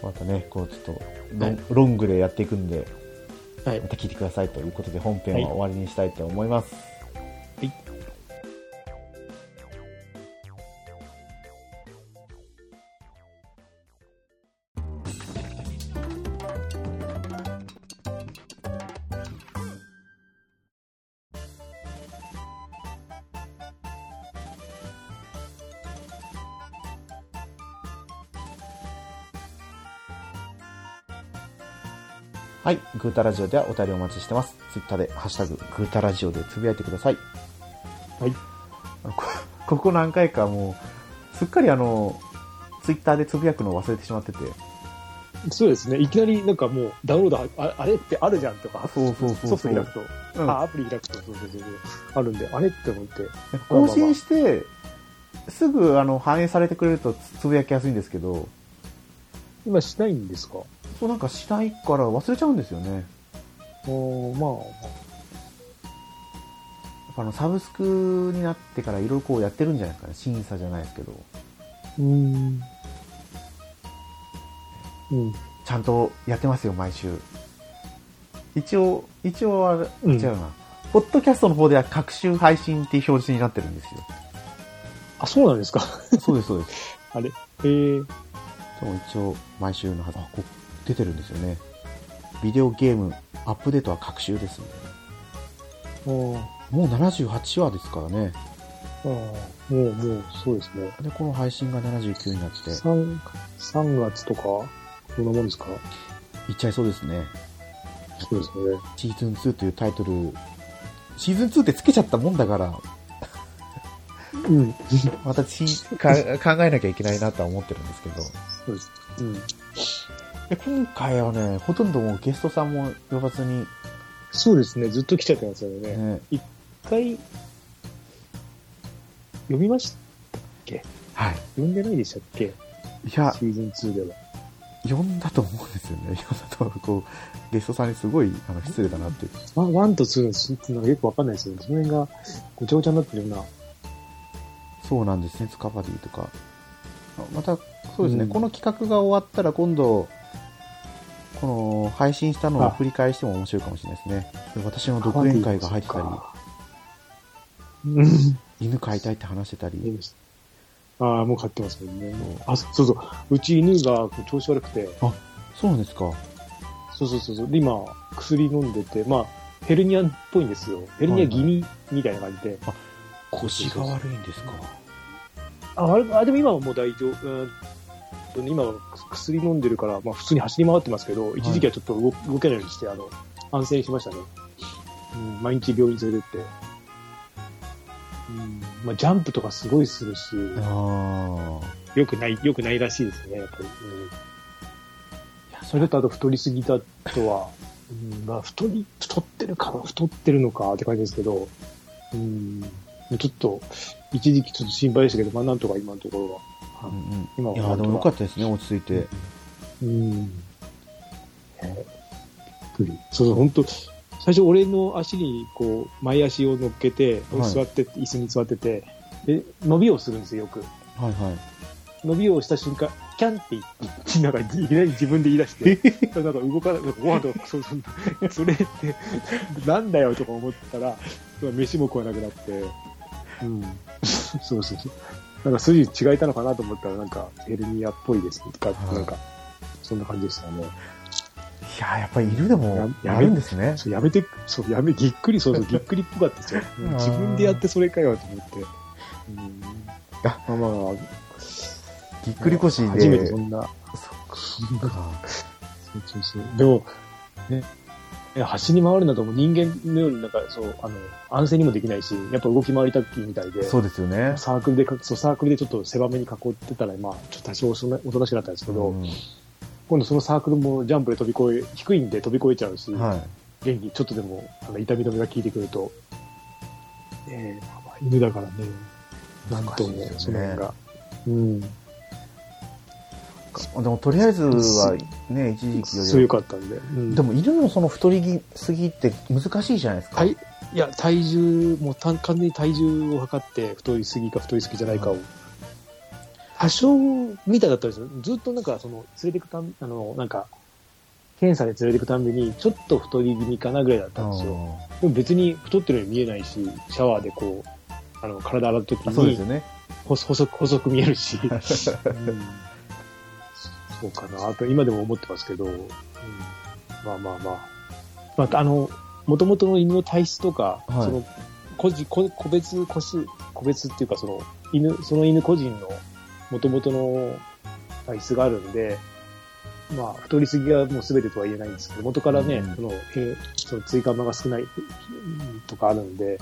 またね、こうちょっとロン,、はいロングでやっていくんで、はいまた聞いてくださいということで本編は終わりにしたいと思います。はいはい。グータラジオではお便りお待ちしてます。ツイッターで、ハッシュタグ、グータラジオでつぶやいてください。はいあの。こ ここ何回かもう、すっかりあの、ツイッターでつぶやくのを忘れてしまってて。そうですね。いきなりなんかもうダウンロードあ、ああれってあるじゃんとか、そうそうそうそうソフト開くと、うんあ、アプリ開くと、そうそうそうそうあるんで、あれって思って。更新して、すぐあの、反映されてくれるとつつぶやきやすいんですけど、今しないんですかそうなんかしないから忘れちゃうんですよね。おーまあ、やっぱあの、サブスクになってからいろいろこうやってるんじゃないですかね。審査じゃないですけど。うーん。うん。ちゃんとやってますよ、毎週。一応、一応あれ、うん違うな。ポッドキャストの方では、各週配信っていう表示になってるんですよ。あ、そうなんですか そうです、そうです。あれ。えでー、も一応、毎週のはず、あ、こ出てるんですよね。ビデオゲーム、アップデートは各週ですね。おーもう78話ですからね。おああ、もう、もう、そうですね。で、この配信が79になって、 3、3月とか、そんなもんですかいっちゃいそうですね。そうですね。シーズン2というタイトル、シーズン2ってつけちゃったもんだから、うん。 またしか考えなきゃいけないなとは思ってるんですけど。そうです。うん。で今回はね、ほとんどもうゲストさんも呼ばずに、そうですね。ずっと来ちゃってますよね。ね、一回、読みましたはい。読んでないでしたっけいや、シーズン2では。呼んだと思うんですよね。 呼んだと思う、こう、ゲストさんにすごいあの失礼だなっていう。ワンワンと2のシーズンなんかよくわかんないですよね。その辺が、ごちゃごちゃになってるような。そうなんですね、スカバディとか。あまた、そうですね、うんこの企画が終わったら今度、この配信したのを振り返しても面白いかもしれないですね。私の独演会が入ってたり、うん。犬飼いたいって話してたり、ああ、もう買ってますもんね。あ、そうそう。うち犬が調子悪くて、そうなんですか。そうそうそうそう。で、今、薬飲んでて、まあ、ヘルニアっぽいんですよ。ヘルニア気味みたいな感じで。腰が悪いんですか。あ、あれ、あ、でも今はもう大丈夫。うん今は薬飲んでるから、まあ普通に走り回ってますけど、一時期はちょっと動動けないようにして、あの、安静にしましたね。うん、毎日病院連れてって。うん、まあジャンプとかすごいするし、ああ。良くない、良くないらしいですね、やっぱり。うんいや、それとあと太りすぎたとは、うん、まあ太り、太ってるかな、太ってるのかって感じですけど、うん、ちょっと、一時期ちょっと心配でしたけど、まあなんとか今のところは。うんうん。今はいなや、んでともよかったですね、落ち着いて。うん。えーびっくりそうそう、本当最初俺の足に、こう、前足を乗っけて、はい座って、椅子に座ってて、で、伸びをするんですよ、よく。はいはい。伸びをした瞬間、キャンって言って、なんかいきなり自分で言い出して、なんか動かない、なんかご飯とか、そうそう、それって、なんだよとか思ったら、飯も食わなくなって、うん、そうそうそう。なんか筋違えたのかなと思ったら、なんかヘルニアっぽいですとか、はいなんか、そんな感じでしたね。いや、やっぱり犬でもややるんですね。そうやめて、そう、やめ、ぎっくり、そうそう、ぎっくりっぽかったですよ。うん自分でやってそれかよと思って。うん、あまあまあ、ぎっくり腰で。初めてそんな、そっか。そうそうそう。でも、ね、いや走り回るなども人間のようになんか、そう、あの、安静にもできないし、やっぱ動き回りたいみたいで、そうですよね。サークルでか、そう、サークルでちょっと狭めに囲ってたら、まあ、ちょっと多少おとなおとなしくなったんですけど、うん今度そのサークルもジャンプで飛び越え、低いんで飛び越えちゃうし、はい。元気、ちょっとでも、あの、痛み止めが効いてくると、ねえまあまあ犬だからね、なんとも、難しいですそよのね辺が。うん。でも、とりあえずは、ね、一時期よりは強かったんで。うんでも、犬のその太りすぎって難しいじゃないですか。体いや体重もう単完全に体重を測って太りすぎか太りすぎじゃないかを、多少みたいだったんですよずっとなんかその連れてくたんあのなんか検査で連れてくたんびにちょっと太り気味かなぐらいだっうたんんですよ、でも別に太ってるように見えないしシャワーでこうあの体洗う時あそうですによね。細細く細く見え るし、うんそうかなと今でも思ってますけど、うんまあまあまあ、まあ、あのもともとの犬の体質とか、はいその個人個個別個数個別っていうかその犬その犬個人のもともとの体質があるんで、まあ、太りすぎはもう全てとは言えないんですけど元からね、うんそのえその追加間が少ないうんとかあるんで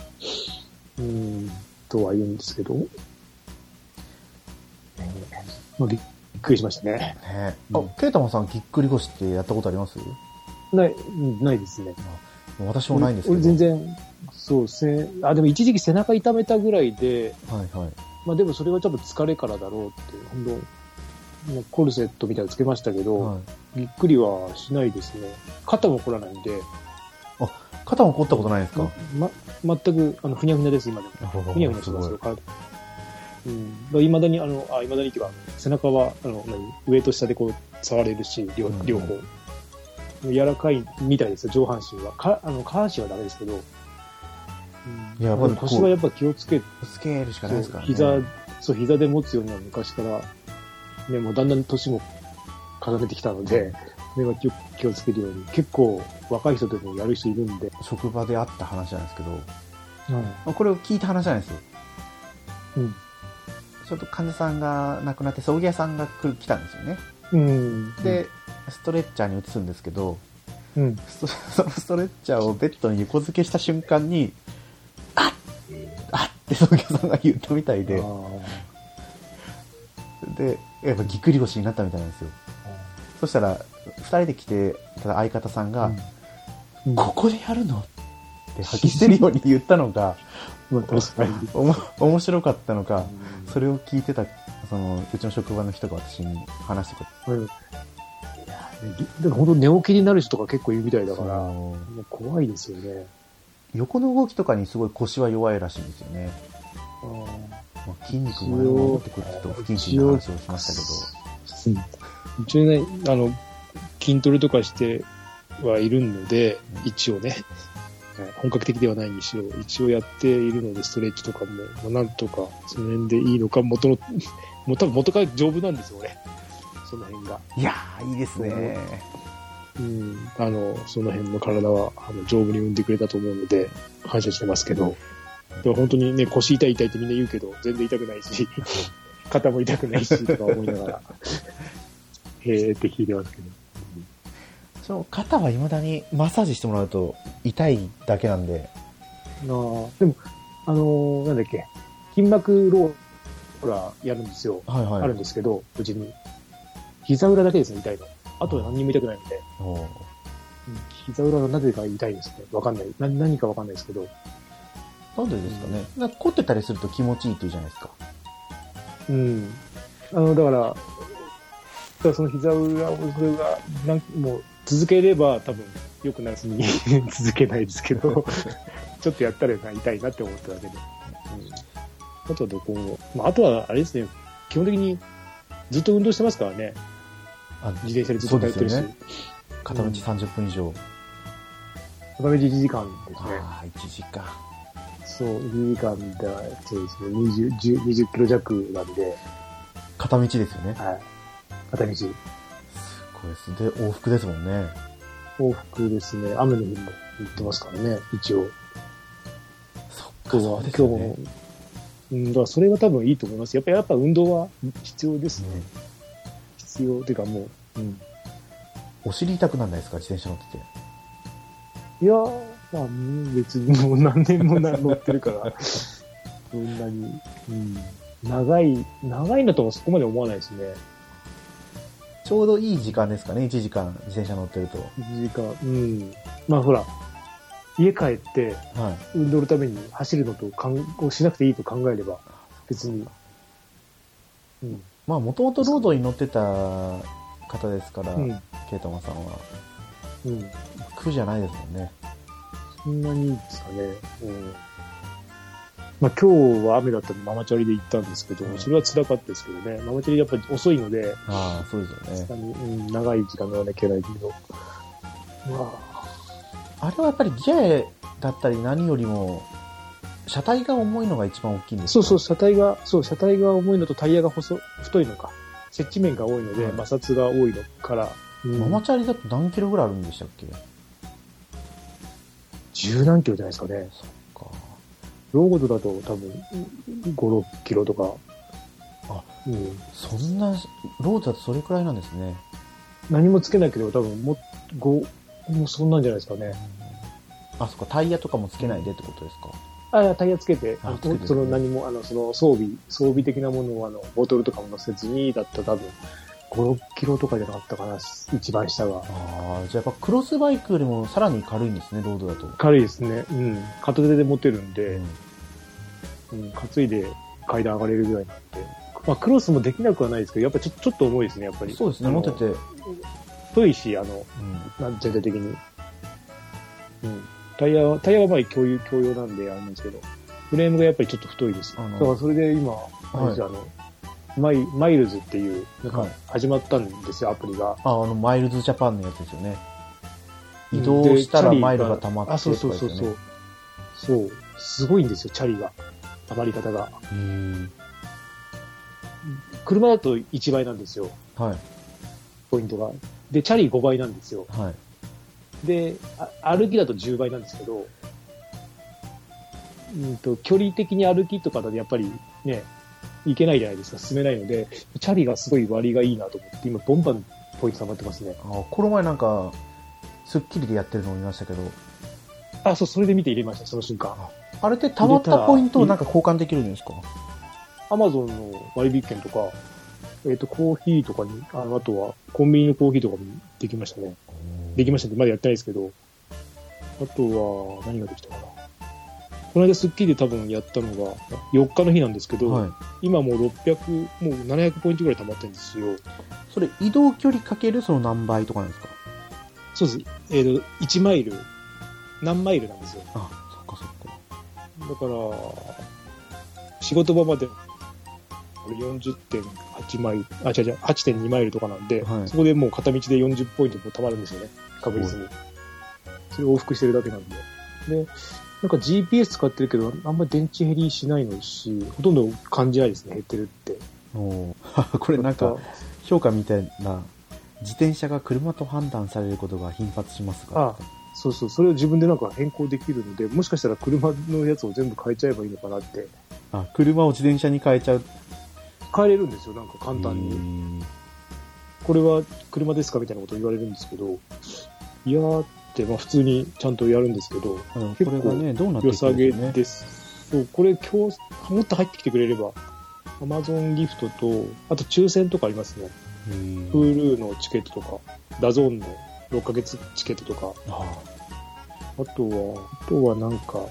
うんとは言うんですけど、まあ、びっくりしましたね。ねうあん、ケイタマンさん、ぎっくり腰ってやったことありますもない、うんないですね。う私もないんですけど。俺全。然、そうですね。あ、でも一時期背中痛めたぐらいで、はいはい。まあでもそれは多分疲れからだろうって、ほんと、もうコルセットみたいなのつけましたけど、はい、びっくりはしないですね。肩も凝らないんで、肩も凝ったことないですか、ま、全く、あの、ふにゃふにゃです、今でも。ふにゃふにゃしてますよ、体。うん。だいまだに、あの、あ、いまだにっていうか、背中は、あの、何上と下でこう、触れるし、両うん両方。柔らかいみたいですよ、上半身は。か、あの、下半身はダメですけど。うんいややっぱりこう腰はやっぱ気をつけて、つけるしかないですからね。膝、そう、膝で持つようには昔から、ね、もうだんだん年も重ねてきたので、それは気を気をつけるように。結構、若い人でもやる人いるんで。職場であった話なんですけど、うんまあこれを聞いた話なんですよ。うん。ちょっと患者さんが亡くなって葬儀屋さんが来る来たんですよねうん。で、ストレッチャーに移すんですけどうん。ストその ストレッチャーをベッドに横付けした瞬間にあっあっって葬儀屋さんが言ったみたいであーでやっぱぎっくり腰になったみたいなんですよそしたら2人で来てただ相方さんがうん「ここでやるの?」って吐き捨てるように言ったのがまあ確かに。おも面白かったのかそれを聞いてたそのうちの職場の人が私に話してくれうん。でも本当寝起きになる人とか結構いるみたいだたか、かららもう怖いですよね。横の動きとかにすごい腰は弱いらしいんですよね、まあ、筋肉も戻ってくると不謹慎な話をしましたうん。一応ね、あの、筋トレとかしてはいるので、一応ね、はい本格的ではないにしろ、一応やっているので、ストレッチとかも、まあなんとか、その辺でいいのか、元の、 もう多分元から丈夫なんですよ、俺。その辺が。けどいやーいいですねうん。あの、その辺の体は、あの、丈夫に産んでくれたと思うので、感謝してますけど、でも本当にね、腰痛い痛いってみんな言うけど、全然痛くない し、肩も痛くないし、とか思いながら、へーって聞いてますけど。その肩はいまだにマッサージしてもらうと痛いだけなんでなでも、あのーなんだっけ、筋膜ローラーやるんですよ。はいあはるんいですけど、うちに。膝裏だけですね、痛いの。あとは何にも痛くないので。おー膝裏がなぜか痛いですね。わかんない。な何かわかんないですけど。なんでですかねなんか凝ってたりすると気持ちいいって言うじゃないですかうん。あの、だから、だからその膝裏を、それが、なんもう、続ければ多分良くなるし、 続けないです けど、ちょっとやったら痛いなって思っただけで。あとはどこも、まあ、あとはあれですね、基本的にずっと運動してますからね、あ自転車でずっと通ってるし、そうですよ片道30分以上、片道1時間ですね。ああ1時間そう、2時間で、そうですね、20、10 20キロ弱なんで、片道ですよねはい。片道、すごいですで往復ですもんね往復ですね、雨の日も行ってますからね、一応。そっか今日そうは、です今よ日ねも、うん、だからそれは多分いいと思います。やっぱりやっぱ運動は必要ですね。必要、ていうかもう、うん。お尻痛くなんないですか自転車乗ってていやー、まあ、うん別にもう何年もな乗って るから、そんなに、うん、長い、長いんだとはそこまで思わないですね。ちょうどいい時間ですかね1時間自転車乗ってると1時間、うん。まあほら、家帰って、はい運動のために走るのとかんをしなくていいと考えれば、別に。うん。まあもともとロードに乗ってた方ですから、うん。ケイタマさんはうん。苦じゃないですもんねそんなにいいですかね。うん。まあ今日は雨だったんでママチャリで行ったんですけど、それは辛かったですけどね。ママチャリやっぱり遅いので、ああそうですよさねすがに、うん、長い時間乗らなきゃいけないけど。まあ、あれはやっぱりギアだったり何よりも車体が重いのが一番大きいんですそうそう、そ車体が、そう、車体が重いのとタイヤが細、太いのか。接地面が多いので、うん摩擦が多いのから、うんママチャリだと何キロぐらいあるんでしたっけ十何キロじゃないですかね。そっかローゴドだと多分5、6キロとか。あうん、そんなロードだとそれくらいなんですね何もつけなければ多分も、5、もうそんなんじゃないですかね。あそっかタイヤとかもつけないでってことですかあ、タイヤつけて、ああのつけてるねその何も、あの、その装備、装備的なものをあの、ボトルとかも乗せずに、だったら多分、5、6キロとかじゃなかったかな、一番下が。ああじゃあやっぱクロスバイクよりもさらに軽いんですねロードだと、軽いですね。うん。片手で持てるんうで、んうん、担いで階段上がれるぐらいなんで。まあ、クロスもできなくはないですけど、やっぱちょちょっと重いですね、やっぱり。そうですねあの持ってて、うん、太いし、あの、なん全体的に。うん。タイヤは、タイヤはまあ共有、共用なんであれなんですけど、フレームがやっぱりちょっと太いです。あのだからそれで今、あれですよあの、マイ、マイルズっていう、なんはかい始まったんですよ、アプリが。ああのマイルズジャパンのやつですよねうん移動したらでチャリがマイルが溜まってあ、そうそうそうとかそですよねう。そう。すごいんですよ、チャリが。溜まり方が。へー車だと1倍なんですよ、はいポイントが。で、チャリ5倍なんですよ。はいで、あ歩きだと10倍なんですけど、うんと、距離的に歩きとかだとやっぱりね、行けないじゃないですか、進めないので、チャリがすごい割がいいなと思って、今、ボンバンポイント下がってますね。あこの前なんか、スッキリでやってるのを見ましたけど、あ、そう、それで見て入れました、その瞬間。あれって溜まったポイントをなんか交換できるんですかアマゾンの割引券とか、えっ、と、コーヒーとかに、あのあとは、コンビニのコーヒーとかもできましたね。できましたって、まだやってないですけど、あとは、何ができたかな。この間、スッキリで多分やったのが、4日の日なんですけど、はい。今もう600、もう700ポイントぐらい溜まってるんですよ。それ移動距離かけるその何倍とかなんですかそうです。えっ、と、1マイル、何マイルなんですよ。あ、そっかそっか。だから、仕事場まで40.8マイル、あ、違う違う、8.2マイルとかなんで、はいそこでもう片道で40ポイントも溜まるんですよね、確実に。それを往復してるだけなんで。で、なんか GPS 使ってるけど、あんまり電池減りしないのし、ほとんど感じないですね、減ってるって。おー これなんまかた、評価みたいな、自転車が車と判断されることが頻発しますが。あそうそう、それを自分でなんか変更できるので、もしかしたら車のやつを全部変えちゃえばいいのかなって。あ、車を自転車に変えちゃう。変えれるんですよ、なんか簡単に。に。これは車ですかみたいなこと言われるんですけど、いやーって、まあ普通にちゃんとやるんですけど、あのこ結れ構がね、どうなって良いくさんでげしょうね。です。そう、これ今日、もっと入ってきてくれれば、アマゾンギフトと、あと抽選とかありますね。うんフールーのチケットとか、ダゾーンの6ヶ月チケットとか、ああとは、あとはなんか、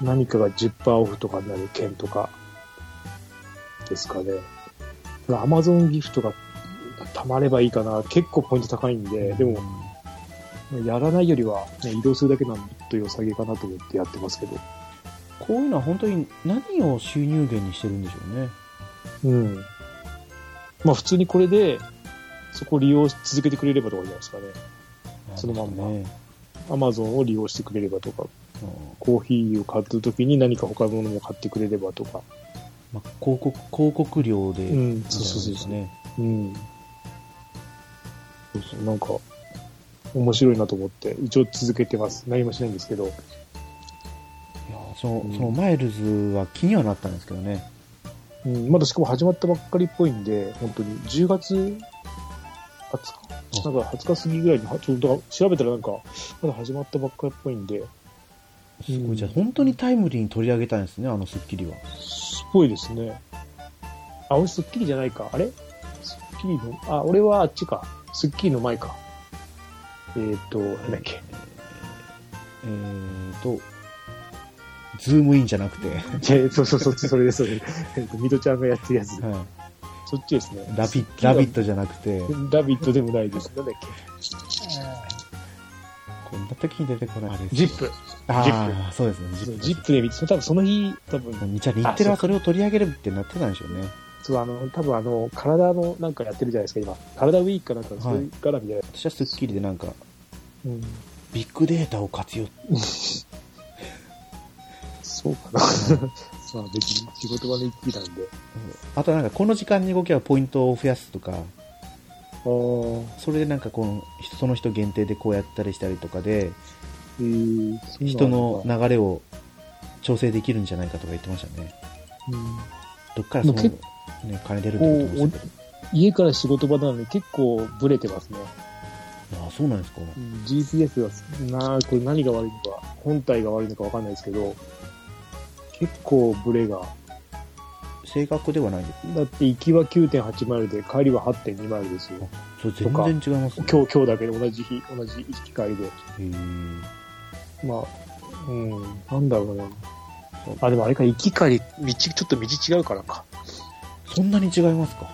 何かが10%オフとかになる券とか、ですかね。アマゾンギフトが貯まればいいかな。結構ポイント高いんで、でも、やらないよりは、ね、移動するだけなんと良さげかなと思ってやってますけど。こういうのは本当に何を収入源にしてるんでしょうね。うん。まあ普通にこれで、そこを利用し続けてくれればとかじゃないですかね。そのまんまね。アマゾンを利用してくれればとか、コーヒーを買った時に何か他のものも買ってくれればとか。まあ、広告、広告料で、うん、みたいなそうそうそうそう。ね。うん。そうそう、なんか、面白いなと思って、一応続けてます。何もしないんですけど。いやそのうんそのマイルズは気にはなったんですけどね。うん、まだしかも始まったばっかりっぽいんで、本当に、10月20日、なんか20日過ぎぐらいに、はちょっと調べたらなんか、まだ始まったばっかりっぽいんで、すごうい、んじゃあ本当にタイムリーに取り上げたんですね、あの『スッキリ』は。すごいですね。あ、俺スッキリじゃないか。あれスッキリの、あ、俺はあっちか。スッキリの前か。えっ、と、なんだっけ。えーと、ズームインじゃなくて、 いやそうそうそう、それです、それです。えっとミトちゃんがやってるやつ。はそっちですねい、。ラビラビットじゃなくて、こラビットでもないです。なんだっけんな時に出てこないです。ジップ。ああ、そうですね、ジそうップ。ジップで見て、その多分その日、多分、じゃあ、日テレはそれを取り上げるってなってたんでしょうね。そう、あの、多分あの、体のなんかやってるじゃないですか、今。体ウィークかなんか、それからみたいな。私は『スッキリ』でなんか、うん。ビッグデータを活用。そうか な。まあ別に仕事場で行ってきたんで。あとなんか、この時間に動けばポイントを増やすとか、ああ、それでなんかこの、人その人限定でこうやったりしたりとかで、えー、人の流れを調整できるんじゃないかとか言ってましたね。うんどっからその、もう結ね、金出るってこことでうすおけど。家から仕事場なのに結構ブレてますね。ああ、そうなんですか。うん GPS は、なあこれ何が悪いのか、本体が悪いのかわかんないですけど、結構ブレが。正確ではないです。だって行きは9.8マイルで、帰りは8.2マイルですよ。それ全然違いますね。今日、今日だけで同じ日、同じ行き帰りで。へーまあ、うん、なんだろうな。あ、でもあれか、行き帰り、道、ちょっと道違うからか。そんなに違いますか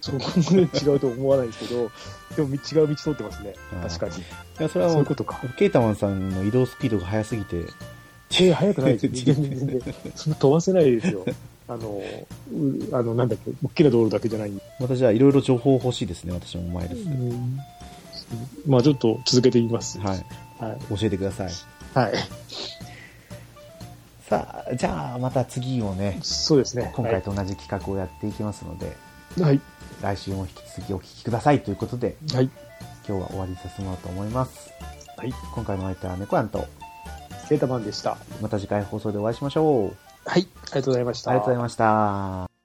そこまで違うと思わないですけど、でも違う道通ってますね。確かに。いや、それはそもういううこ、とか。ケイタマンさんの移動スピードが速すぎて、えー、早くないですよ 全然全然そんな飛ばせないです よ。あの、うあの、なんだっけ、大きな道路だけじゃない。またじゃあ、いろいろ情報欲しいですね、私も前です。まあちょっと続けてみます。。はいい。はい。教えてください。はい。さあ、じゃあ、また次をね、そうですね。今回と同じ企画をやっていきますので、はい。来週も引き続きお聞きくださいということで、はい。今日は終わりにさせてもらおうと思います。はい。今回の相手は猫やんと、セーターマンでした。また次回放送でお会いしましょう。はい、ありがとうございました。ありがとうございました。